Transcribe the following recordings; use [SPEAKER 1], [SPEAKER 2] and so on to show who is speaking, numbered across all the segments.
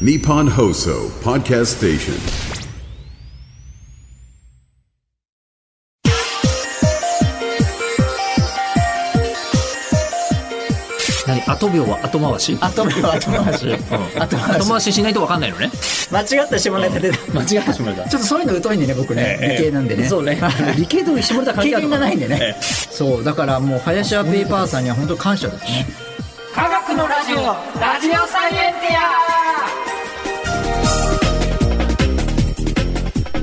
[SPEAKER 1] Nippon Hoso Podcast Station.
[SPEAKER 2] 何後秒は後回し
[SPEAKER 3] 後回後回し。後回
[SPEAKER 2] 後
[SPEAKER 3] し。
[SPEAKER 2] 回ししないと分かんないのね
[SPEAKER 3] 間違った下ネタ出た。
[SPEAKER 2] 間違ってしまった
[SPEAKER 3] ちょっとそういうの疎いんでね、僕ね。
[SPEAKER 2] ええ
[SPEAKER 3] 理系なんでね。
[SPEAKER 2] そう ね理系と下ネタ関
[SPEAKER 3] 経
[SPEAKER 2] 係ある
[SPEAKER 3] 験
[SPEAKER 2] の
[SPEAKER 3] が
[SPEAKER 2] か
[SPEAKER 3] ないんでね。そう、だからもう、林家ペーパーさんには本当感謝ですね。
[SPEAKER 4] 科学のラジオラジオサイエンティ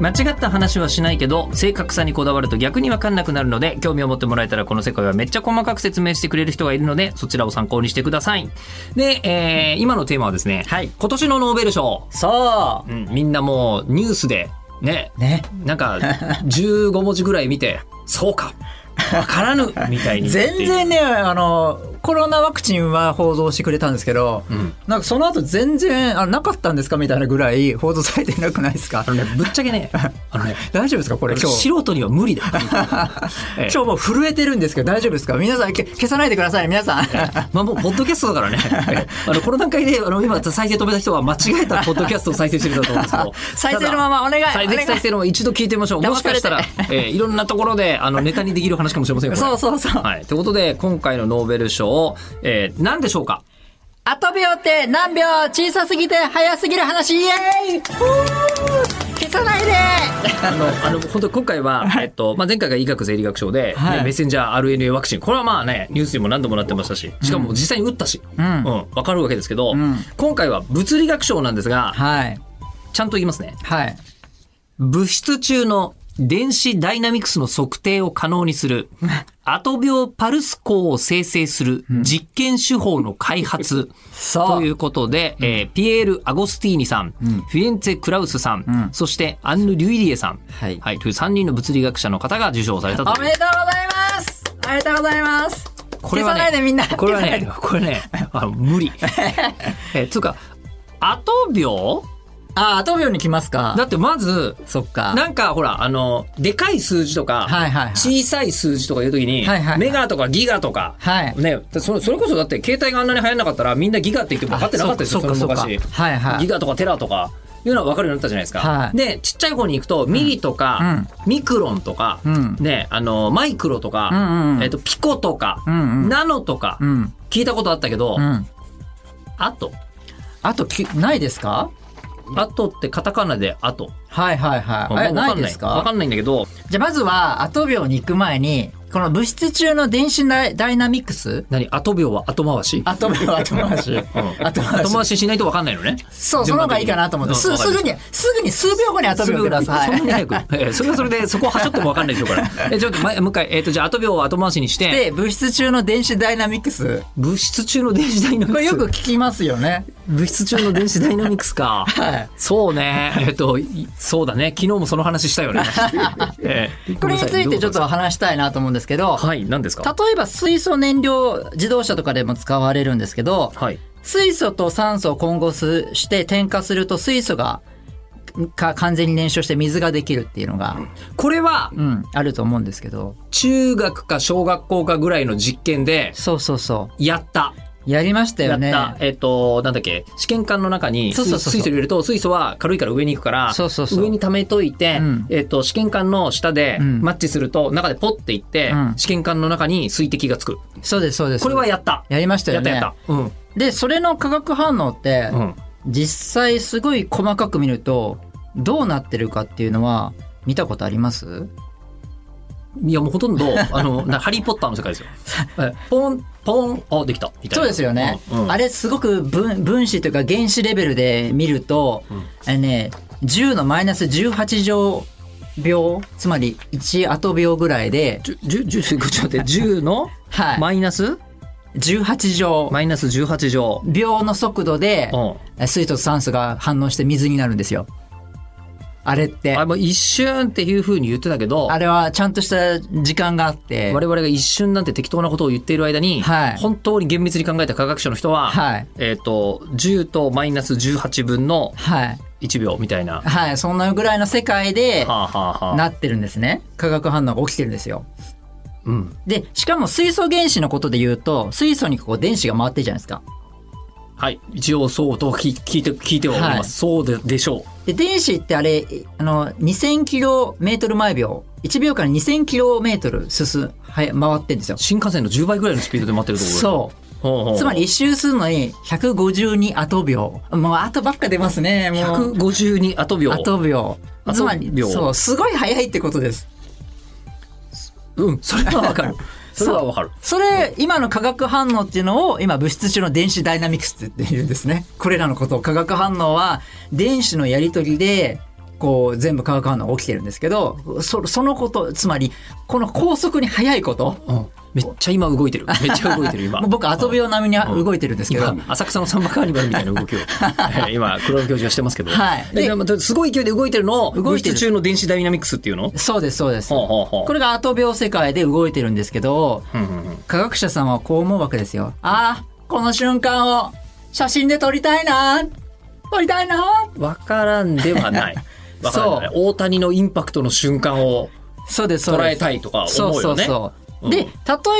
[SPEAKER 4] 間違った話はしないけど正確さにこだわると逆に分かんなくなるので興味を持ってもらえたらこの世界はめっちゃ細かく説明してくれる人がいるのでそちらを参考にしてくださいで、えー今のテーマはですね、
[SPEAKER 3] はい
[SPEAKER 4] 今年のノーベル賞、
[SPEAKER 3] そ
[SPEAKER 4] うん、みんなもうニュースでね
[SPEAKER 3] う。ね。
[SPEAKER 4] な んか15文字ぐらい見てそうか分からぬみたいに言っている
[SPEAKER 3] 全然ね、あの、コロナワクチンは報道してくれたんですけど、なんかその後全然、あなかったんですかみたいなぐらい報道されてなくないですか
[SPEAKER 4] あのねぶっちゃけねあのね
[SPEAKER 3] 大丈夫ですかこれ今日。
[SPEAKER 4] 素人には無理だ。ええ
[SPEAKER 3] 今日もう震えてるんですけど大丈夫ですか皆さんけ消さないでください皆さん。
[SPEAKER 4] まあもうポッドキャストだからね。ええあのこの段階であの今再生止めた人は間違えたポッドキャストを再生してるんだと思うんですけど
[SPEAKER 3] 再生のままお願い
[SPEAKER 4] ただ再
[SPEAKER 3] お願
[SPEAKER 4] 生
[SPEAKER 3] い
[SPEAKER 4] 再生のまま一度聞いてみましょう。もしかしたら
[SPEAKER 3] 騙され、
[SPEAKER 4] ええいろんなところであのネタにできる話かもしれませんよ。これ
[SPEAKER 3] そうそうそう
[SPEAKER 4] はい。ということで今回のノーベル賞、えー、何でしょうか。
[SPEAKER 3] 後秒って何秒小さすぎて早すぎる話イエーイ消さないで
[SPEAKER 4] あのあの本当今回は、えっとまあ前回が医学生理学賞で、
[SPEAKER 3] はい
[SPEAKER 4] ねメッセンジャー RNA ワクチンこれはまあねニュースにも何度もなってましたし、しかも実際に打ったし、うんん、わかるわけですけど、
[SPEAKER 3] ん
[SPEAKER 4] 今回は物理学賞なんですが、
[SPEAKER 3] はい
[SPEAKER 4] ちゃんと言いますね。
[SPEAKER 3] はい
[SPEAKER 4] 物質中の電子ダイナミクスの測定を可能にする、 後秒パルス光を生成する実験手法の開発。
[SPEAKER 3] そう
[SPEAKER 4] ということで、えーピエール・アゴスティーニさん、フィエンツェ・クラウスさん、そしてアンヌ・リュイリエさん、
[SPEAKER 3] はい
[SPEAKER 4] という3人の物理学者の方が受賞されたと
[SPEAKER 3] お
[SPEAKER 4] い
[SPEAKER 3] め
[SPEAKER 4] う。
[SPEAKER 3] でとうございますありがとうございます消さないでみんな
[SPEAKER 4] これは
[SPEAKER 3] 消さ
[SPEAKER 4] ね
[SPEAKER 3] ない、
[SPEAKER 4] これね、あの 無理。えーつうか、後秒
[SPEAKER 3] であ後秒に来ますか
[SPEAKER 4] だってまず、
[SPEAKER 3] そっか
[SPEAKER 4] なんかほら、あの、でかい数字とか、
[SPEAKER 3] はいはいはい
[SPEAKER 4] 小さい数字とかいうときに、
[SPEAKER 3] はいはいはい
[SPEAKER 4] メガとかギガとか、
[SPEAKER 3] はい
[SPEAKER 4] ね、そそれこそだって携帯があんなに流行んなかったらみんなギガって言っても分かってなかったですよ、
[SPEAKER 3] あそ
[SPEAKER 4] の
[SPEAKER 3] うかそうか
[SPEAKER 4] 昔、
[SPEAKER 3] そうかはいはい
[SPEAKER 4] ギガとかテラとか。いうのは分かるようになったじゃないですか。
[SPEAKER 3] はい
[SPEAKER 4] で、ちっちゃい方に行くと、ミリとか、ミクロンとか、
[SPEAKER 3] ん
[SPEAKER 4] ね、あの、マイクロとか、
[SPEAKER 3] んうん
[SPEAKER 4] えっと、ピコとか、
[SPEAKER 3] んうん
[SPEAKER 4] ナノとか、
[SPEAKER 3] ん
[SPEAKER 4] 聞いたことあったけど、
[SPEAKER 3] うん
[SPEAKER 4] あと、
[SPEAKER 3] あときないですか
[SPEAKER 4] あとってカタカナであと。
[SPEAKER 3] はいはいはいえ
[SPEAKER 4] わ
[SPEAKER 3] ない
[SPEAKER 4] ん
[SPEAKER 3] です
[SPEAKER 4] わか
[SPEAKER 3] か
[SPEAKER 4] んないんだけど、
[SPEAKER 3] じゃあまずは後秒に行く前にこの物質中の電子ダイダイナミクス
[SPEAKER 4] 何後秒は後回し
[SPEAKER 3] 後秒後回 し後回
[SPEAKER 4] 後
[SPEAKER 3] し
[SPEAKER 4] 回ししないと分かんないのね。
[SPEAKER 3] そう、その方がいいかなと思って、す、すぐに、すぐに数秒後に後
[SPEAKER 4] す
[SPEAKER 3] 秒
[SPEAKER 4] ぐ
[SPEAKER 3] くださ
[SPEAKER 4] そんなに
[SPEAKER 3] い。
[SPEAKER 4] 早く。ええそれはそれで、そこはしょっても分かんないでしょうから。 え、ちょっと、ま、もう一回、えっ、と、じゃあ、後秒を後回しにして、
[SPEAKER 3] で、物質中の電子ダイナミクス。
[SPEAKER 4] 物質中の電子ダイナミクス。
[SPEAKER 3] これよく聞きますよね。
[SPEAKER 4] 物質中の電子ダイナミクスか。
[SPEAKER 3] はい
[SPEAKER 4] そうね。えっ、と、いそうだね。昨日もその話したよね。 ええ
[SPEAKER 3] これについてちょっと。話したいなと思うんですけど、
[SPEAKER 4] はい、何ですか
[SPEAKER 3] 例えば水素燃料自動車とかでも使われるんですけど、
[SPEAKER 4] はい。
[SPEAKER 3] 水素と酸素を混合すして点火すると水素が、か完全に燃焼して水ができるっていうのが、
[SPEAKER 4] これは、
[SPEAKER 3] うん、あると思うんですけど。
[SPEAKER 4] 中学か小学校かぐらいの実験で、
[SPEAKER 3] そうそうそ
[SPEAKER 4] やった。
[SPEAKER 3] う。やりました
[SPEAKER 4] や
[SPEAKER 3] よ
[SPEAKER 4] っ
[SPEAKER 3] ね。
[SPEAKER 4] た、えっ、と、なんだっけ、試験管の中に
[SPEAKER 3] そうそう
[SPEAKER 4] 水
[SPEAKER 3] そうそう
[SPEAKER 4] 水素入れると、水素は軽いから上に行くから、
[SPEAKER 3] そうそうそう
[SPEAKER 4] 上に溜めといて、
[SPEAKER 3] うん
[SPEAKER 4] えっ、と、試験管の下で
[SPEAKER 3] ん
[SPEAKER 4] マッチすると、中でポッていって、
[SPEAKER 3] うん
[SPEAKER 4] 試験管の中に水滴がつく。
[SPEAKER 3] そうです、そうです。
[SPEAKER 4] これはやった。
[SPEAKER 3] やりましたよね
[SPEAKER 4] やったやった。うん。
[SPEAKER 3] で、それの化学反応って、
[SPEAKER 4] うん
[SPEAKER 3] 実際すごい細かく見るとどうなってるかっていうのは見たことあります
[SPEAKER 4] いや、もうほとん ど、あの、なハリーポッターの世界ですよ。えポン、ポン、あ、できた。みたい
[SPEAKER 3] そ
[SPEAKER 4] な。
[SPEAKER 3] うですよね、
[SPEAKER 4] うんうん
[SPEAKER 3] あれすごく分分子というか原子レベルで見ると、あれね10のマイナス18乗秒つまり1アト秒ぐらいで
[SPEAKER 4] じゅじゅじゅちょっと待って、10の
[SPEAKER 3] はい
[SPEAKER 4] マイナス
[SPEAKER 3] 18乗
[SPEAKER 4] マイナス18乗。
[SPEAKER 3] 秒の速度で
[SPEAKER 4] うん
[SPEAKER 3] 水と酸素が反応して水になるんですよあれって
[SPEAKER 4] あ、もう一瞬っていう風に言ってたけど、
[SPEAKER 3] あれはちゃんとした時間があって
[SPEAKER 4] 我々が一瞬なんて適当なことを言っている間に、
[SPEAKER 3] はい
[SPEAKER 4] 本当に厳密に考えた科学者の人は、
[SPEAKER 3] はい
[SPEAKER 4] えっ、と、10とマイナス18分の
[SPEAKER 3] はい
[SPEAKER 4] 1秒みたいな。は
[SPEAKER 3] はいそんなぐらいの世界で
[SPEAKER 4] あ、はあはあ、
[SPEAKER 3] なってるんですね化学反応が起きてるんですよ
[SPEAKER 4] うん。
[SPEAKER 3] でしかも水素原子のことで言うと水素にこう電子が回ってるじゃないですか
[SPEAKER 4] はい。一応そうと聞聞いて、聞いてはおります。
[SPEAKER 3] はい
[SPEAKER 4] そうででしょう。
[SPEAKER 3] で電子ってあれあの2000キロメートル毎秒1秒から2000キロメートル進はい回ってるんですよ
[SPEAKER 4] 新幹線の10倍ぐらいのスピードで待ってるところ。
[SPEAKER 3] そう
[SPEAKER 4] ほうほ
[SPEAKER 3] う
[SPEAKER 4] う
[SPEAKER 3] つまり、一周するのに152アト秒もうアトばっか出ますねもう
[SPEAKER 4] 152アト秒。
[SPEAKER 3] アト秒
[SPEAKER 4] アト秒
[SPEAKER 3] つまりそうすごい速いってことです
[SPEAKER 4] うん、それはわかる。それはわかる。
[SPEAKER 3] それ、今の化学反応っていうのを今物質中の電子ダイナミクスって言うんですね。これらのことを化学反応は電子のやり取りでこう全部化学反応が起きてるんですけどそそのことつまりこの高速に速いこと
[SPEAKER 4] めっちゃ今動いてる。めっちゃ動いてる、今。
[SPEAKER 3] もう僕アトビオ並みに
[SPEAKER 4] うん
[SPEAKER 3] 動いてるんですけど、
[SPEAKER 4] 今浅草のサンバカーニバルみたいな 動きをはい今黒木教授がしてますけど、
[SPEAKER 3] はい
[SPEAKER 4] ででもすごい勢いで動いてるのを
[SPEAKER 3] 動
[SPEAKER 4] 物
[SPEAKER 3] いてる
[SPEAKER 4] 質中の電子ダイナミクスっていうの
[SPEAKER 3] そうですそうです。
[SPEAKER 4] ほうほうほう
[SPEAKER 3] これがアトビオ世界で動いてるんですけど
[SPEAKER 4] うんうんうん
[SPEAKER 3] 科学者さんはこう思うわけですよ。ああこの瞬間を写真で撮りたいな撮りたいな
[SPEAKER 4] わからんではない わからんではない大谷のインパクトの瞬間を
[SPEAKER 3] そうですそうです。
[SPEAKER 4] 捉えたいとか思うよ
[SPEAKER 3] そ
[SPEAKER 4] ね
[SPEAKER 3] うそうそう。
[SPEAKER 4] うん
[SPEAKER 3] で、例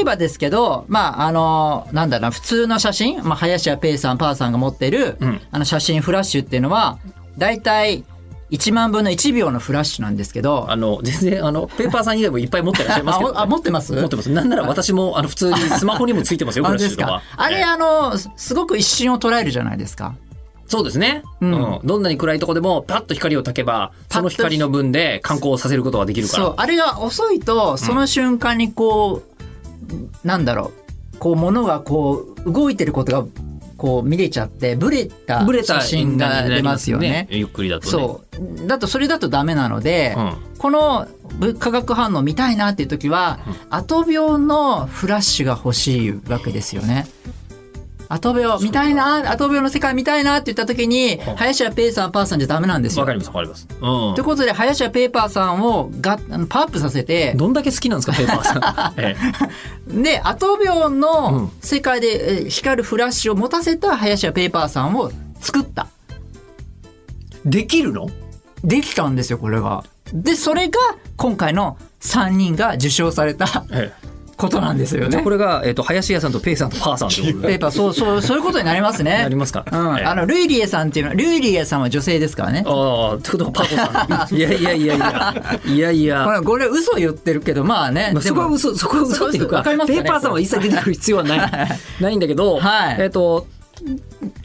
[SPEAKER 3] えばですけど、まあ、あの、なんだろうな、普通の写真、まあ、林家ペイさん、パーさんが持ってる、
[SPEAKER 4] うん
[SPEAKER 3] あの写真フラッシュっていうのは、だいたい1万分の1秒のフラッシュなんですけど、
[SPEAKER 4] あの全然あのペーパーさん以外もいっぱい持ってらっしゃいますけど、
[SPEAKER 3] あおあ持ってます
[SPEAKER 4] 持ってますなんなら私もあの普通にスマホにもついてますよ
[SPEAKER 3] あれ
[SPEAKER 4] フ
[SPEAKER 3] で
[SPEAKER 4] ラッシ
[SPEAKER 3] す
[SPEAKER 4] ュと
[SPEAKER 3] か
[SPEAKER 4] か。
[SPEAKER 3] あ
[SPEAKER 4] え
[SPEAKER 3] れ、
[SPEAKER 4] え
[SPEAKER 3] あの、すすごく一瞬を捉えるじゃないですか。
[SPEAKER 4] そうですね、うんどんなに暗いとこでもパッと光をたけばその光の分で観光させることができるから
[SPEAKER 3] そう、あれが遅いと、その瞬間にこう、なんだろう、こう、ものがこう、動いてることが、こう、見れちゃって、ブレた
[SPEAKER 4] ブレた
[SPEAKER 3] 写真が出ますよね。
[SPEAKER 4] ゆっくりだとね。
[SPEAKER 3] そう。だと、それだとダメなので、
[SPEAKER 4] うん
[SPEAKER 3] このぶ化学反応見たいなっていう時は、アト秒のフラッシュが欲しいわけですよね。アト秒見たいな、アト秒の世界見たいなって言った時に、
[SPEAKER 4] ん
[SPEAKER 3] 林家ペイさん、パーさんじゃダメなんです
[SPEAKER 4] わ
[SPEAKER 3] よ
[SPEAKER 4] か。りますわかります。う
[SPEAKER 3] ということで、林家ペーパーさんをがあのパワーアップさせて
[SPEAKER 4] ん。、どんだけ好きなんですかペーパーさ ん。え
[SPEAKER 3] で、アト秒
[SPEAKER 4] う
[SPEAKER 3] の
[SPEAKER 4] ん
[SPEAKER 3] 世界でえー光るフラッシュを持たせた林家ペーパーさんを作った。
[SPEAKER 4] えできるの？
[SPEAKER 3] できたんですよ、これが。で、それが今回の3人が受賞された
[SPEAKER 4] ええ
[SPEAKER 3] ことなんですよ
[SPEAKER 4] じゃあ
[SPEAKER 3] ね
[SPEAKER 4] こ。れがえっと林家さんとペイさんとパーさんってこと
[SPEAKER 3] ペ
[SPEAKER 4] で
[SPEAKER 3] ーパー、そう、そう、そういうことになりますね。
[SPEAKER 4] なりますか
[SPEAKER 3] うん。
[SPEAKER 4] ええ
[SPEAKER 3] あの、ルイリエさんっていうのは、ルイリエさんは女性ですからね。こ
[SPEAKER 4] ああってことはパーコさん。いやいやいやいやいやいや。
[SPEAKER 3] れ、これ嘘言ってるけど、まあね。
[SPEAKER 4] まあ
[SPEAKER 3] で
[SPEAKER 4] そこ
[SPEAKER 3] も
[SPEAKER 4] は嘘そこは嘘っていう
[SPEAKER 3] わ
[SPEAKER 4] か
[SPEAKER 3] かりますか
[SPEAKER 4] ペ
[SPEAKER 3] ね
[SPEAKER 4] ーパーさんは一切出てくる必要はないないんだけど、
[SPEAKER 3] はい
[SPEAKER 4] えっと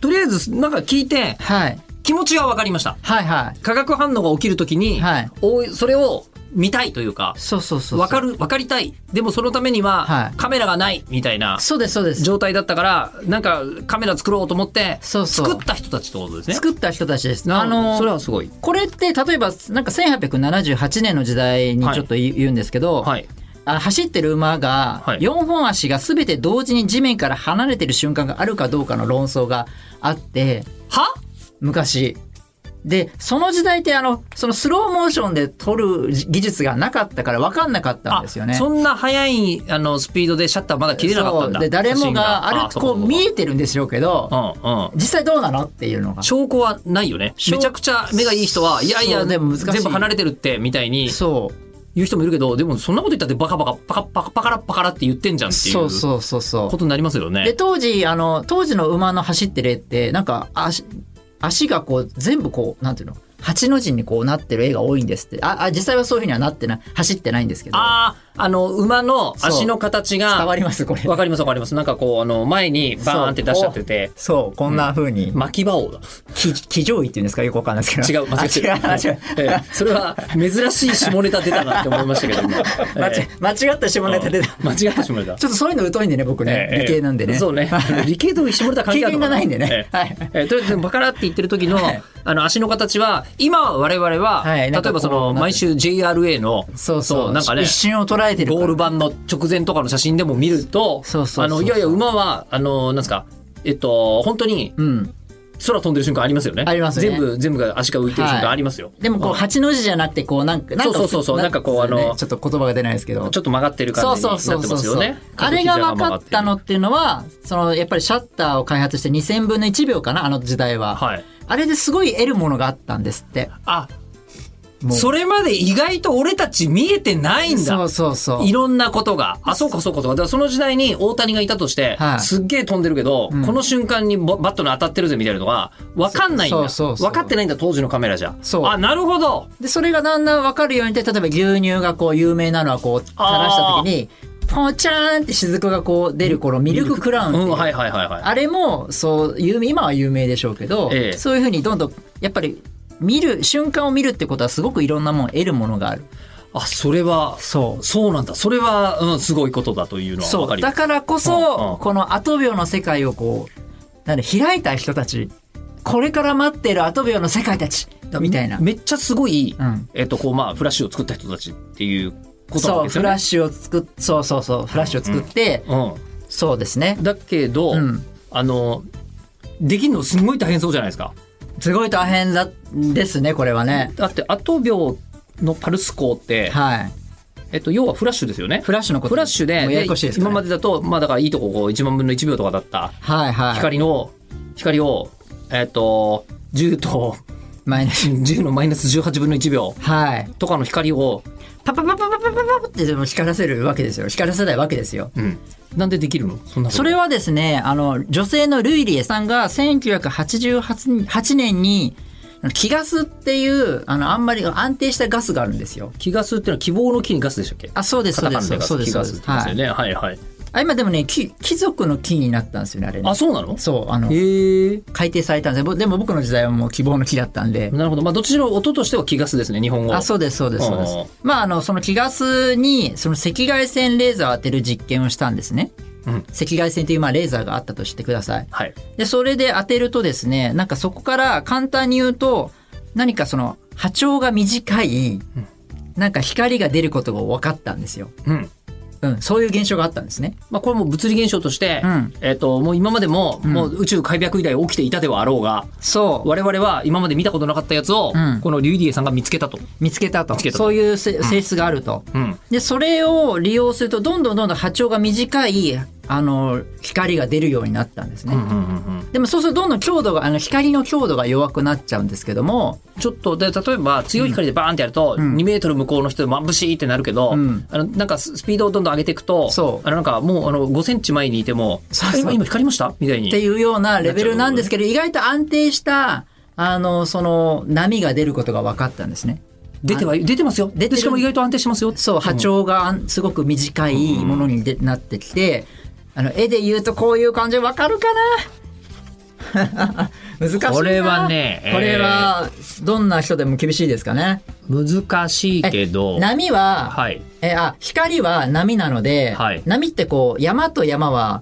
[SPEAKER 4] とりあえずなんか聞いて
[SPEAKER 3] はい。
[SPEAKER 4] 気持ちはわかりました。
[SPEAKER 3] はいはい。
[SPEAKER 4] 化学反応が起きるときに、
[SPEAKER 3] はい
[SPEAKER 4] おいそれを見たいというか。
[SPEAKER 3] そうそうそうそう。
[SPEAKER 4] わかる、わかりたい。でもそのために
[SPEAKER 3] は
[SPEAKER 4] はいカメラがないみたいな
[SPEAKER 3] そうです、そうです。
[SPEAKER 4] 状態だったから、なんかカメラ作ろうと思って、
[SPEAKER 3] そうそう
[SPEAKER 4] 作った人たちってことですね。
[SPEAKER 3] 作った人たちです。
[SPEAKER 4] な
[SPEAKER 3] あ
[SPEAKER 4] るほど
[SPEAKER 3] の
[SPEAKER 4] それはすごい。
[SPEAKER 3] これって例えばなんか1878年の時代にちょっと言う言うんですけど、
[SPEAKER 4] はい。
[SPEAKER 3] あ走ってる馬が
[SPEAKER 4] はい
[SPEAKER 3] 4本足が全て同時に地面から離れてる瞬間があるかどうかの論争があって
[SPEAKER 4] は
[SPEAKER 3] 昔。でその時代ってあのそのスローモーションで撮る技術がなかったから分かんなかったんですよね。
[SPEAKER 4] そんな速いあのスピードでシャッターまだ切れなかったん
[SPEAKER 3] そ
[SPEAKER 4] だ。
[SPEAKER 3] うで誰もがあ
[SPEAKER 4] れ
[SPEAKER 3] れこう見えてるんでしょうけど
[SPEAKER 4] うんうん。
[SPEAKER 3] 実際どうなのっていうのが。
[SPEAKER 4] 証拠はないよね。
[SPEAKER 3] 証
[SPEAKER 4] めちゃくちゃ目がいい人は、いやい
[SPEAKER 3] そ
[SPEAKER 4] や、
[SPEAKER 3] うでも難しい
[SPEAKER 4] 全部離れてるって、みたいに
[SPEAKER 3] そう
[SPEAKER 4] 言う人もいるけど、でもそんなこと言ったってバカバカ、パカパカ、パカラッパカラって言ってんじゃんってい
[SPEAKER 3] そううそうそうそう
[SPEAKER 4] ことになりますよね。
[SPEAKER 3] で当時あの当時の馬の走ってる絵ってなんか足足がこう全部こうなんていうの八の字にこうなってる絵が多いんですってああ実際はそういうふうにはなってない走ってないんですけど
[SPEAKER 4] ああ、あの、馬の足の形
[SPEAKER 3] 伝わ
[SPEAKER 4] が、
[SPEAKER 3] りますこれ
[SPEAKER 4] わかりますわかります。なんかこう、あの、前にバーンって出しちゃってて、
[SPEAKER 3] そうこんなふうに、
[SPEAKER 4] 巻き場王だ。
[SPEAKER 3] き気上位っていうんですかよくわかんないですけど。
[SPEAKER 4] 違う、間違えてる。
[SPEAKER 3] あ違う、
[SPEAKER 4] え
[SPEAKER 3] 違う。
[SPEAKER 4] えそれは珍しい下ネタ出たなって思いましたけども。
[SPEAKER 3] 間違
[SPEAKER 4] え
[SPEAKER 3] 間違った下
[SPEAKER 4] え
[SPEAKER 3] ネタ出た。
[SPEAKER 4] 間違った下ネタ。
[SPEAKER 3] ちょっとそういうの疎いんでね、僕ね、
[SPEAKER 4] ええ
[SPEAKER 3] 理系なんでね。
[SPEAKER 4] そうね。理系と下ネタ関係あるの
[SPEAKER 3] 経験が
[SPEAKER 4] か
[SPEAKER 3] ないんでね
[SPEAKER 4] ええ
[SPEAKER 3] はい
[SPEAKER 4] ええとりあえずバカラって言ってる時の
[SPEAKER 3] はい
[SPEAKER 4] あの足の形は今は我々は
[SPEAKER 3] はい
[SPEAKER 4] 例え
[SPEAKER 3] なんかこ
[SPEAKER 4] ば
[SPEAKER 3] う
[SPEAKER 4] その毎週 JRA の
[SPEAKER 3] そうそう。
[SPEAKER 4] なんかね
[SPEAKER 3] 一瞬を捉えてるから。
[SPEAKER 4] ゴール板の直前とかの写真でも見ると
[SPEAKER 3] そうそうそう
[SPEAKER 4] あのいやいや馬はあのなんですかえっと本当に
[SPEAKER 3] うん。
[SPEAKER 4] 空飛んでる瞬間ありますよね。
[SPEAKER 3] ありますね
[SPEAKER 4] 全部全部が足が浮いてる瞬間ありますよ。
[SPEAKER 3] でもこう、
[SPEAKER 4] ん
[SPEAKER 3] 八の字じゃなくて、こう、なんか、なんか
[SPEAKER 4] そうそうそうそうなんかこうあの
[SPEAKER 3] ちょっと言葉が出ないですけど。
[SPEAKER 4] ちょっと曲がってる
[SPEAKER 3] そ
[SPEAKER 4] 感
[SPEAKER 3] う
[SPEAKER 4] じに
[SPEAKER 3] そ
[SPEAKER 4] な
[SPEAKER 3] う
[SPEAKER 4] って
[SPEAKER 3] そうそ
[SPEAKER 4] ま
[SPEAKER 3] う
[SPEAKER 4] すよね。
[SPEAKER 3] あれが分かったの
[SPEAKER 4] は
[SPEAKER 3] っていうのは、その、やっぱりシャッターを開発して2000分の1秒かな、あの時代は。
[SPEAKER 4] い。
[SPEAKER 3] あれですごい得るものがあったんですって。
[SPEAKER 4] あ
[SPEAKER 3] もう
[SPEAKER 4] それまで意外と俺たち見えてないん
[SPEAKER 3] そ
[SPEAKER 4] だ
[SPEAKER 3] う。そうそう。
[SPEAKER 4] いろんなことが。あ、そうかそうかそうか。だからその時代に大谷がいたとして、
[SPEAKER 3] はい
[SPEAKER 4] すっげえ飛んでるけど、
[SPEAKER 3] ん
[SPEAKER 4] この瞬間にボバットに当たってるぜみたいなのが、分かんないんだ。
[SPEAKER 3] そうそうそうそう
[SPEAKER 4] 分かってないんだ、当時のカメラじゃ。
[SPEAKER 3] そう
[SPEAKER 4] あ、なるほど。
[SPEAKER 3] で、それがだんだん分かるようになって、例えば牛乳がこう有名なのはこう垂らした時に、ポチャーンって雫がこう出る頃、ミルククラウンって
[SPEAKER 4] う
[SPEAKER 3] い
[SPEAKER 4] ん、
[SPEAKER 3] う
[SPEAKER 4] はいはいはいはい。
[SPEAKER 3] あれも、そう、有名、今は有名でしょうけど、
[SPEAKER 4] ええ
[SPEAKER 3] そういうふうにどんどん、やっぱり、見る、瞬間を見るってことはすごくいろんなもん、得るものがある。
[SPEAKER 4] あ、それは、
[SPEAKER 3] そ
[SPEAKER 4] そうなんだ。それは、うん、すごいことだというのは
[SPEAKER 3] そ
[SPEAKER 4] 分か
[SPEAKER 3] う。
[SPEAKER 4] りま
[SPEAKER 3] だ
[SPEAKER 4] す。
[SPEAKER 3] からこ
[SPEAKER 4] うんう
[SPEAKER 3] そ
[SPEAKER 4] ん、
[SPEAKER 3] このアトビオの世界をこう、なんで、開いた人たち、これから待ってるアトビオの世界たち、みたいな。
[SPEAKER 4] めっちゃすごい、
[SPEAKER 3] うん
[SPEAKER 4] えっと、こう、まあ、フラッシュを作った人たちっていうことなわ
[SPEAKER 3] そ
[SPEAKER 4] け
[SPEAKER 3] う、
[SPEAKER 4] ですよ
[SPEAKER 3] フ
[SPEAKER 4] ね。
[SPEAKER 3] ラッシュを作っ、そうそうそう、フラッシュを作って、
[SPEAKER 4] うん。
[SPEAKER 3] そうですね。
[SPEAKER 4] だけど、
[SPEAKER 3] うん
[SPEAKER 4] あのできるのすごい大変そうじゃないですか
[SPEAKER 3] すごい大変だ、ですね、これはね。
[SPEAKER 4] だってアト秒のパルス光って、
[SPEAKER 3] はい。
[SPEAKER 4] えっと、要はフラッシュですよね
[SPEAKER 3] フラッシュのこと。
[SPEAKER 4] フラッシュで
[SPEAKER 3] もうややこしいです、ね。
[SPEAKER 4] 今までだとまあだからいいとここう1万分の1秒とかだった
[SPEAKER 3] はいはい。
[SPEAKER 4] 光の、光をえっと10と
[SPEAKER 3] マイナス。
[SPEAKER 4] 10のマイナス18分の1秒
[SPEAKER 3] はい。
[SPEAKER 4] とかの光を、
[SPEAKER 3] パパパパパパパパってでも光らせるわけですよ光らせないわけですよ
[SPEAKER 4] うん、なんでできるのそんなこと
[SPEAKER 3] それはですねあの女性のルイリエさんが1988年に気ガスっていうあのあんまり安定したガスがあるんですよ
[SPEAKER 4] 気ガスっていうのは希望の気にガスでしたっけ
[SPEAKER 3] あそうですそうで
[SPEAKER 4] カタカ
[SPEAKER 3] す
[SPEAKER 4] ナガス
[SPEAKER 3] そうです
[SPEAKER 4] 気
[SPEAKER 3] そう
[SPEAKER 4] ガ
[SPEAKER 3] で
[SPEAKER 4] スっ
[SPEAKER 3] す
[SPEAKER 4] て言います
[SPEAKER 3] は
[SPEAKER 4] よ
[SPEAKER 3] い
[SPEAKER 4] ね、はい、はい
[SPEAKER 3] あ今でもね貴貴族の木になったんですよねあれね
[SPEAKER 4] あそうなの
[SPEAKER 3] そうあの
[SPEAKER 4] へえ
[SPEAKER 3] 改定されたんですよぼでも僕の時代はもう希望の木だったんで
[SPEAKER 4] なるほどまあどっちにしろ音としては気ガスですね日本語
[SPEAKER 3] あそうですそうですそうで
[SPEAKER 4] うん
[SPEAKER 3] すまああのその気ガスにその赤外線レーザーを当てる実験をしたんですね、
[SPEAKER 4] うん
[SPEAKER 3] 赤外線というまあレーザーがあったとしてください
[SPEAKER 4] はい
[SPEAKER 3] で、それで当てるとですね、なんかそこから簡単に言うと、何かその波長が短い、なんか光が出ることが分かったんですよ。
[SPEAKER 4] うん
[SPEAKER 3] うん、そういう現象があったんですね。
[SPEAKER 4] まあ、これも物理現象として、
[SPEAKER 3] うん
[SPEAKER 4] えっともう今までも,、もう宇宙開闢以来起きていたではあろうが
[SPEAKER 3] そう。
[SPEAKER 4] 我々は今まで見たことなかったやつを、
[SPEAKER 3] うん
[SPEAKER 4] このリュウディエさんが見つけたと。
[SPEAKER 3] 見つけたと。
[SPEAKER 4] つけたと
[SPEAKER 3] そういうせ性質があると。
[SPEAKER 4] うん
[SPEAKER 3] で、それを利用すると、どんどんどんどん波長が短い、あの、光が出るようになったんですね。でもそうするとどんどん強度が、あの、光の強度が弱くなっちゃうんですけども、
[SPEAKER 4] ちょっとで例えば強い光でバーンってやると、2メートル向こうの人眩しいってなるけど、
[SPEAKER 3] ん
[SPEAKER 4] あのなんかススピードをどんどん上げていくと
[SPEAKER 3] そう
[SPEAKER 4] あのなんかもうあの5センチ前にいても
[SPEAKER 3] そうそう
[SPEAKER 4] あ今今光りましたみたいに
[SPEAKER 3] っていうようなレベルなんですけど、意外と安定した、あの、その、波が出ることが分かったんですね。
[SPEAKER 4] 出ては出てますよ
[SPEAKER 3] 出てる
[SPEAKER 4] でしかも意外と安定してますよ
[SPEAKER 3] そう、波長があんすごく短いものにでなってきて、あの、絵で言うとこういう感じ分かるかな 難しいな。
[SPEAKER 4] これはねえー
[SPEAKER 3] これは、どんな人でも厳しいですかね。
[SPEAKER 4] 難しい
[SPEAKER 3] え
[SPEAKER 4] けど
[SPEAKER 3] 波は、
[SPEAKER 4] はい
[SPEAKER 3] えーあ光は波なので、
[SPEAKER 4] はい
[SPEAKER 3] 波ってこう山と山は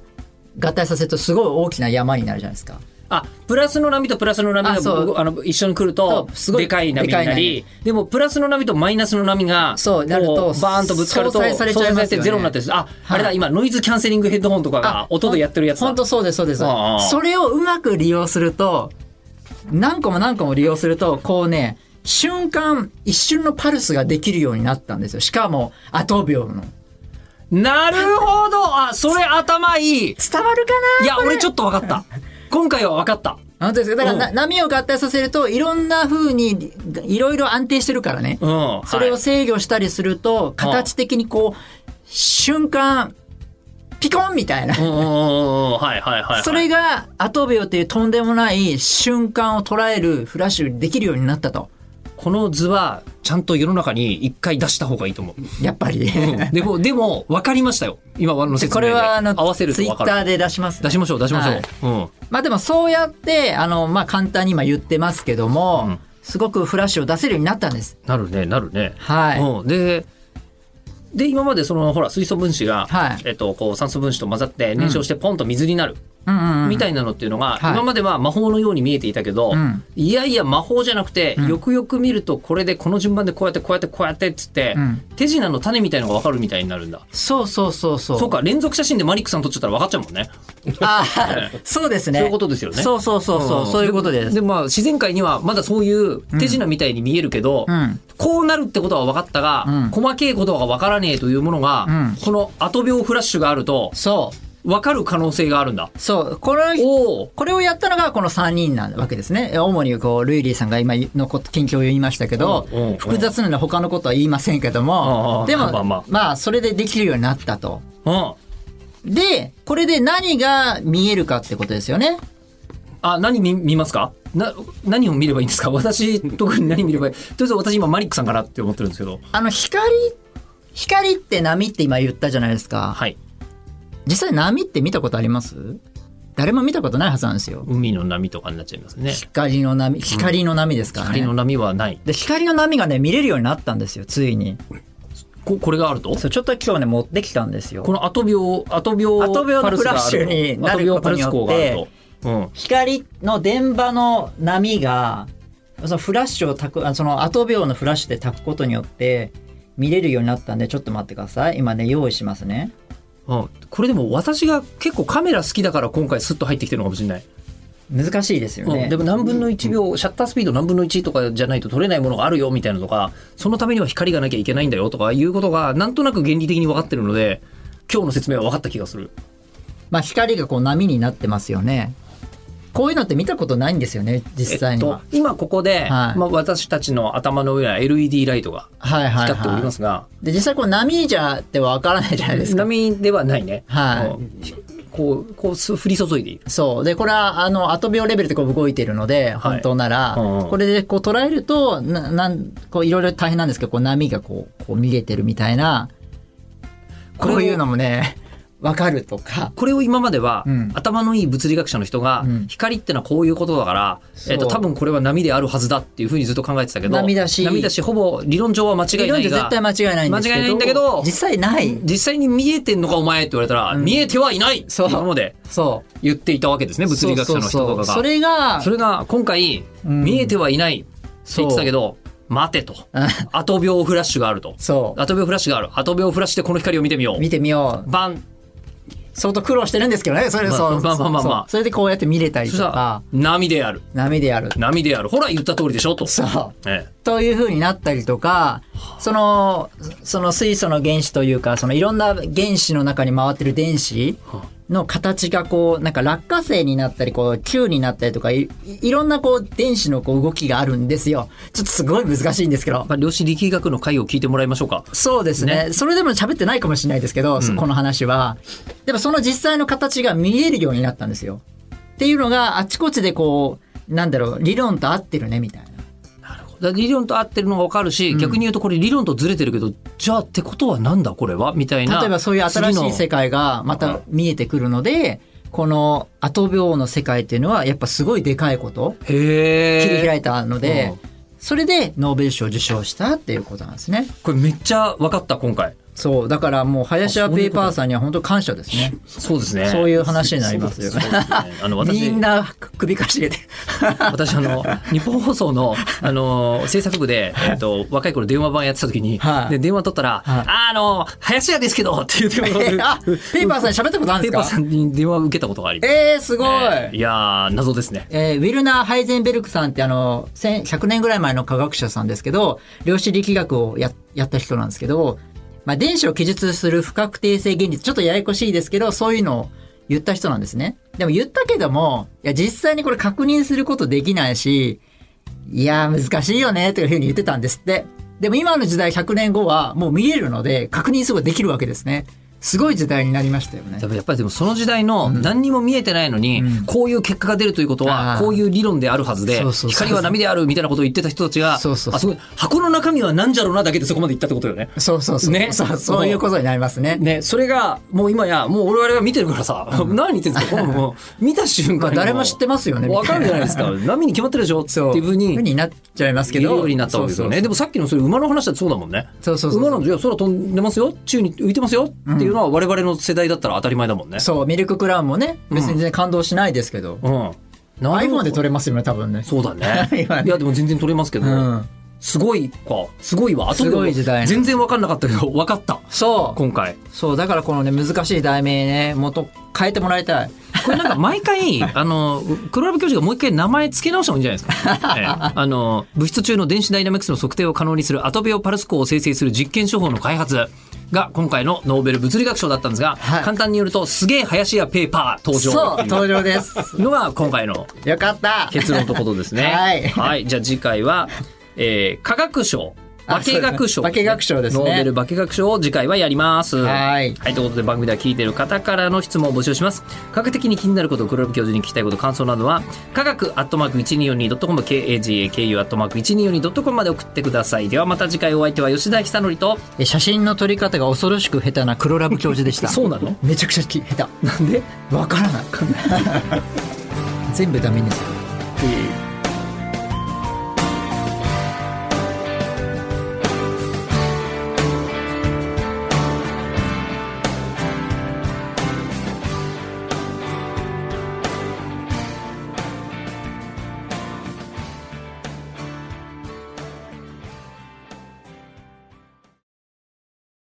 [SPEAKER 3] 合体させるとすごい大きな山になるじゃないですか。
[SPEAKER 4] あプラスの波とプラスの波
[SPEAKER 3] あそう
[SPEAKER 4] があの一緒に来ると
[SPEAKER 3] そうすごい
[SPEAKER 4] でかい波に
[SPEAKER 3] で
[SPEAKER 4] な
[SPEAKER 3] かい
[SPEAKER 4] り
[SPEAKER 3] 波
[SPEAKER 4] でもプラスの波とマイナスの波が
[SPEAKER 3] そうなると
[SPEAKER 4] こうバーンとぶつかると
[SPEAKER 3] 相殺されちゃいますよね
[SPEAKER 4] 相殺されてゼロになってるあ、あれだ今ノイズキャンセリングヘッドホンとかが音でやってるやつだ
[SPEAKER 3] 本当そうですそうです
[SPEAKER 4] ああ
[SPEAKER 3] それをうまく利用すると何個も何個も利用するとこうね瞬間一瞬のパルスができるようになったんですよしかもアト秒の
[SPEAKER 4] なるほどあそれ頭いい
[SPEAKER 3] 伝わるかない
[SPEAKER 4] や俺ちょっと分かった今回は分かった
[SPEAKER 3] 本当ですかだからな
[SPEAKER 4] う
[SPEAKER 3] 波を合体させるといろんな風にいろいろ安定してるからね、
[SPEAKER 4] うんはい
[SPEAKER 3] それを制御したりすると形的にこう瞬間ピコンみたいな
[SPEAKER 4] うんうんうんうんはいはいはいはい
[SPEAKER 3] それがアト秒っていうとんでもない瞬間を捉えるフラッシュできるようになったと。
[SPEAKER 4] この図はちゃんと世の中に一回出した方がいいと思う。
[SPEAKER 3] やっぱ り。
[SPEAKER 4] でも、でも、分かりましたよ。今の説明で。
[SPEAKER 3] これはあの
[SPEAKER 4] 合わせると
[SPEAKER 3] ツイ
[SPEAKER 4] 分
[SPEAKER 3] ッ
[SPEAKER 4] か
[SPEAKER 3] ター
[SPEAKER 4] る。
[SPEAKER 3] で出します、
[SPEAKER 4] 出しましょう、出しましょう。
[SPEAKER 3] はい
[SPEAKER 4] うん。
[SPEAKER 3] まあでもそうやってあのまあ簡単に今言ってますけども、
[SPEAKER 4] うん
[SPEAKER 3] すごくフラッシュを出せるようになったんです。
[SPEAKER 4] なるね、なるね。
[SPEAKER 3] はい
[SPEAKER 4] うん、で、で、今までその、ほら、水素分子が、
[SPEAKER 3] はい
[SPEAKER 4] えっと、こう、酸素分子と混ざって燃焼してポンと水になる、
[SPEAKER 3] うんうんうん
[SPEAKER 4] みたいなのっていうのが、
[SPEAKER 3] はい
[SPEAKER 4] 今までは魔法のように見えていたけど、
[SPEAKER 3] ん
[SPEAKER 4] いやいや、魔法じゃなくて、よくよく見ると、これでこの順番でこうやって、こうやって、こうやってっつって、
[SPEAKER 3] うん
[SPEAKER 4] 手品の種みたいのがわかるみたいになるんだ。
[SPEAKER 3] そうそうそうそう。
[SPEAKER 4] そうか、連続写真でマリックさん撮っちゃったら分かっちゃうもんね。
[SPEAKER 3] あーそうですね。
[SPEAKER 4] そういうことですよね
[SPEAKER 3] そうそうそうそう、
[SPEAKER 4] ん
[SPEAKER 3] そういうことです。
[SPEAKER 4] でもまあ、自然界にはまだそういう手品みたいに見えるけど、
[SPEAKER 3] うん
[SPEAKER 4] こうなるってことは分かったが、
[SPEAKER 3] うん
[SPEAKER 4] 細けいことが分からねえというものが、
[SPEAKER 3] うん
[SPEAKER 4] この後秒フラッシュがあると、
[SPEAKER 3] そう
[SPEAKER 4] 分かる可能性があるんだ。
[SPEAKER 3] そうこの
[SPEAKER 4] おお。
[SPEAKER 3] これをやったのがこの3人なわけですね。主にこうルイリーさんが今のこと近況を言いましたけど、
[SPEAKER 4] うんうんうん
[SPEAKER 3] 複雑なので他のことは言いませんけど
[SPEAKER 4] うんう
[SPEAKER 3] も、
[SPEAKER 4] ん
[SPEAKER 3] でも、
[SPEAKER 4] まあまあ
[SPEAKER 3] まあそれでできるようになったと。
[SPEAKER 4] うん。
[SPEAKER 3] で、これで何が見えるかってことですよね。
[SPEAKER 4] あ、何見見ますかな、何を見ればいいんですか 私、特に何見ればいいとりあえず私今マリックさんかなって思ってるんですけど。
[SPEAKER 3] あの光、光って波って今言ったじゃないですか。
[SPEAKER 4] はい。
[SPEAKER 3] 実際波って見たことあります誰も見たことないはずなんですよ。
[SPEAKER 4] 海の波とかになっちゃいますね。
[SPEAKER 3] 光の波、光の波ですからね。
[SPEAKER 4] 光の波はない。
[SPEAKER 3] で、光の波がね、見れるようになったんですよ、ついに。
[SPEAKER 4] ここれがあると
[SPEAKER 3] そう、ちょっと今日ね、持ってきたんですよ
[SPEAKER 4] こ。の後秒、後秒
[SPEAKER 3] 後秒のフラッシュになることによって
[SPEAKER 4] 後秒パルス光があると。うん。
[SPEAKER 3] 光の電波の波が、そのフラッシュをたく、あその後秒のフラッシュで炊くことによって、見れるようになったんで、ちょっと待ってください。今ね、用意しますね。
[SPEAKER 4] うん、これでも私が結構カメラ好きだから今回スッと入ってきてるのかもしれない、
[SPEAKER 3] 難しいですよ
[SPEAKER 4] う
[SPEAKER 3] ね。
[SPEAKER 4] んでも何分の1秒、シャッタースピード何分の1とかじゃないと撮れないものがあるよみたいなのとかそのためには光がなきゃいけないんだよとかいうことがなんとなく原理的に分かってるので今日の説明は分かった気がする
[SPEAKER 3] まあ、光がこう波になってますよね。こういうのって見たことないんですよね、実際には。
[SPEAKER 4] えっと、今ここで、
[SPEAKER 3] はい
[SPEAKER 4] まあ、私たちの頭の上には LED ライトが
[SPEAKER 3] はいはい、
[SPEAKER 4] 光っており
[SPEAKER 3] は
[SPEAKER 4] ますが、
[SPEAKER 3] い。で、実際こう波じゃってわからないじゃないですか。
[SPEAKER 4] 波ではないね、
[SPEAKER 3] はい
[SPEAKER 4] うんこうこうす降り注いでいる
[SPEAKER 3] そう。で、これは、あの、後秒レベルでこう動いてるので、本当なら、
[SPEAKER 4] うんうん
[SPEAKER 3] これでこう捉えると、な、なん、こういろいろ大変なんですけど、こう波がこう、こう見れてるみたいな、
[SPEAKER 4] こ
[SPEAKER 3] こ
[SPEAKER 4] れを
[SPEAKER 3] ういうのもね、わかるとか。
[SPEAKER 4] これを今までは、
[SPEAKER 3] うん
[SPEAKER 4] 頭のいい物理学者の人が、
[SPEAKER 3] うん
[SPEAKER 4] 光ってのはこういうことだから、
[SPEAKER 3] そう
[SPEAKER 4] えっと多分これは波であるはずだっていうふうにずっと考えてたけど
[SPEAKER 3] 波だし
[SPEAKER 4] 波だしほぼ理論上は間違
[SPEAKER 3] 理
[SPEAKER 4] いな
[SPEAKER 3] 論
[SPEAKER 4] い
[SPEAKER 3] で
[SPEAKER 4] が
[SPEAKER 3] 絶対間違いないんですけど。
[SPEAKER 4] 間違いないんだけど
[SPEAKER 3] 実際ない。
[SPEAKER 4] 実際に見えてんのかお前って言われたら、見えてはいない
[SPEAKER 3] そう
[SPEAKER 4] 今まで
[SPEAKER 3] そう。
[SPEAKER 4] 言っていたわけですね物理学者の人とかが
[SPEAKER 3] そうそうそうそれが、
[SPEAKER 4] それが今回、
[SPEAKER 3] うん
[SPEAKER 4] 見えてはいないって言ってたけど待てと
[SPEAKER 3] うん
[SPEAKER 4] 後秒フラッシュがあると
[SPEAKER 3] そう
[SPEAKER 4] 後秒フラッシュがある後秒フラッシュでこの光を見てみよ
[SPEAKER 3] 見
[SPEAKER 4] う
[SPEAKER 3] てみよう。
[SPEAKER 4] バン
[SPEAKER 3] 相当苦労してるんですけどね、それ、
[SPEAKER 4] まあ
[SPEAKER 3] そう
[SPEAKER 4] まあまあまあまあ
[SPEAKER 3] そうそれでこうやって見れたり
[SPEAKER 4] そ
[SPEAKER 3] と
[SPEAKER 4] したら
[SPEAKER 3] か、
[SPEAKER 4] 波である
[SPEAKER 3] 波でやる。
[SPEAKER 4] 波であるほら言った通りでしょと
[SPEAKER 3] そう。
[SPEAKER 4] ええ
[SPEAKER 3] というふうになったりとか、その、その水素の原子というか、そのいろんな原子の中に回ってる電子の形がこう、なんか落花生になったり、こう、球になったりとか、いいろんなこう、電子のこう動きがあるんですよ。ちょっとすごい難しいんですけど。
[SPEAKER 4] まあ、量子力学の回を聞いてもらいましょうか。
[SPEAKER 3] そうですねそれでも喋ってないかもしれないですけど、そこの話は。でもその実際の形が見えるようになったんですよ。っていうのがあちこちでこう、なんだろう、理論と合ってるね、みたいな。
[SPEAKER 4] だ理論と合ってるのが分かるし、逆に言うとこれ理論とずれてるけどじゃあってことはなんだこれはみたいな
[SPEAKER 3] 例えばそういう新しい世
[SPEAKER 4] 界
[SPEAKER 3] 界がまた見えてくるので、この後病の世界っていうのはやっぱすごいでかいこと
[SPEAKER 4] へえ
[SPEAKER 3] 切り開いたので、
[SPEAKER 4] う
[SPEAKER 3] それでノーベル賞を受賞したっていうことなんですね。
[SPEAKER 4] これめっちゃ分かった今回
[SPEAKER 3] そうだからもう林家ペーパーさんには本当感謝ですね。
[SPEAKER 4] そうですね
[SPEAKER 3] そういう話になりますよ
[SPEAKER 4] そうでねあの私
[SPEAKER 3] みんな首かしげて。
[SPEAKER 4] 私あの日本放送のあの制作部で、えっと若い頃電話番やってた時に、
[SPEAKER 3] はい
[SPEAKER 4] で電話取ったら「
[SPEAKER 3] はい
[SPEAKER 4] あーあの林家ですけど」って言ってもら う
[SPEAKER 3] あ、ペーパーさんに喋ったことあるん
[SPEAKER 4] ペ
[SPEAKER 3] で
[SPEAKER 4] ー
[SPEAKER 3] すか
[SPEAKER 4] パーさんに電話を受けたことがあります
[SPEAKER 3] えー、すごい。
[SPEAKER 4] えーいやー謎ですね
[SPEAKER 3] えーウィルナー・ハイゼンベルクさんってあの、1000 100年ぐらい前の科学者さんですけど、量子力学をややった人なんですけど、まあ、電子を記述する不確定性原理、ちょっとややこしいですけど、そういうのを言った人なんですね。でも言ったけども、いや、実際にこれ確認することできないし、いやー、難しいよね、というふうに言ってたんですって。でも今の時代100年後はもう見えるので、確認することができるわけですね。すごい時代になりましたよね
[SPEAKER 4] やっぱやっぱりでもその時代の何にも見えてないのに、こういう結果が出るということ
[SPEAKER 3] あ
[SPEAKER 4] は
[SPEAKER 3] ー
[SPEAKER 4] こういう理論であるはずで
[SPEAKER 3] そうそうそう
[SPEAKER 4] 光は波であるみたいなことを言ってた人たちが
[SPEAKER 3] そうそうそう
[SPEAKER 4] あすごい箱の中身は何じゃろうなだけでそこまで言ったってことよね。
[SPEAKER 3] そうそうそう、
[SPEAKER 4] ね
[SPEAKER 3] そうそういうことになりますね
[SPEAKER 4] ね、それがもう今やもう我々が見てるからさ、何言ってんですかこのもう見た瞬間にもう
[SPEAKER 3] まあ誰も知ってますよね
[SPEAKER 4] わかるじゃないですか波に決まってるでしょって
[SPEAKER 3] そう
[SPEAKER 4] いうふうに
[SPEAKER 3] 風になっちゃいますけ
[SPEAKER 4] 言える
[SPEAKER 3] ど
[SPEAKER 4] ようになったわけですよね
[SPEAKER 3] そうそうそう
[SPEAKER 4] でもさっきのそれ馬の話だってそうだもんね
[SPEAKER 3] そうそうそう
[SPEAKER 4] 馬なんていや空飛んでますよ宙に浮いてますよっていうのは我々の世代だったら当たり前だもんね、
[SPEAKER 3] そうミルククラウンもね別に全然感動しないですけど、
[SPEAKER 4] うん、
[SPEAKER 3] iPhone で撮
[SPEAKER 4] れ
[SPEAKER 3] れますよね多分ね
[SPEAKER 4] そうだね
[SPEAKER 3] 今ね
[SPEAKER 4] いやでも全然撮れますけど、
[SPEAKER 3] うん
[SPEAKER 4] すごいかすごいわ後です
[SPEAKER 3] ごい時代なの
[SPEAKER 4] 全然分かんなかったけど分かった
[SPEAKER 3] そう
[SPEAKER 4] 今回
[SPEAKER 3] そうだからこのね難しい題名ね元変えてもらいたい
[SPEAKER 4] これなんか毎 回あの黒ラブ教授がもう一回名前付け直した方がいいんじゃないです か、ええあの物質中の電子ダイナミクスの測定を可能にするアトピオパルス光を生成する実験処方の開発が今回のノーベル物理学賞だったんですが、
[SPEAKER 3] はい
[SPEAKER 4] 簡単に言うとすげえ林家ペーパー登場
[SPEAKER 3] そう
[SPEAKER 4] ってい
[SPEAKER 3] 登場です
[SPEAKER 4] うのが今回の
[SPEAKER 3] よかった
[SPEAKER 4] 結論とことですね
[SPEAKER 3] はい
[SPEAKER 4] じゃあ次回は、えー科学賞
[SPEAKER 3] あ
[SPEAKER 4] 化学賞、
[SPEAKER 3] そうですね化学賞ですね
[SPEAKER 4] ノーベル化学賞を次回はやります
[SPEAKER 3] はい
[SPEAKER 4] ということで番組では聞いている方からの質問を募集します科学的に気になること黒部教授に聞きたいこと感想などは科学アットマーク 1242.com KAGAKU アットマーク 1242.com まで送ってくださいではまた次回お相手は吉田久典と
[SPEAKER 3] え写真の撮り方が恐ろしく下手な黒ラブ教授でした
[SPEAKER 4] そうなの
[SPEAKER 3] めちゃくちゃき 下手なんでわからない 全部ダメですよ
[SPEAKER 4] えー